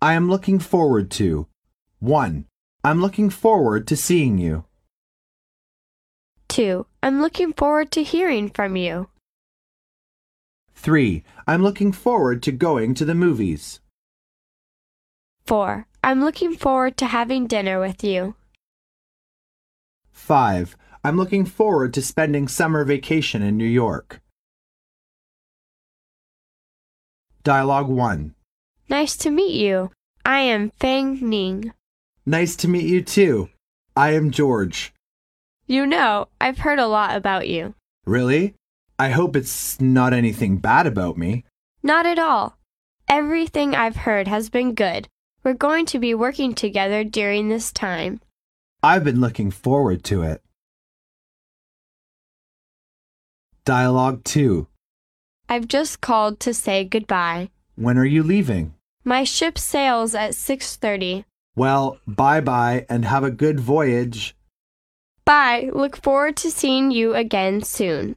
I am looking forward to. 1. I'm looking forward to seeing you. 2. I'm looking forward to hearing from you. 3. I'm looking forward to going to the movies. 4. I'm looking forward to having dinner with you. 5. I'm looking forward to spending summer vacation in New York. Dialogue 1. Nice to meet you. I am Fang Ning. Nice to meet you too. I am George. You know, I've heard a lot about you. Really? I hope it's not anything bad about me. Not at all. Everything I've heard has been good. We're going to be working together during this time. I've been looking forward to it. Dialogue 2. I've just called to say goodbye. When are you leaving? My ship sails at 6:30. Well, bye bye and have a good voyage. Bye. Look forward to seeing you again soon.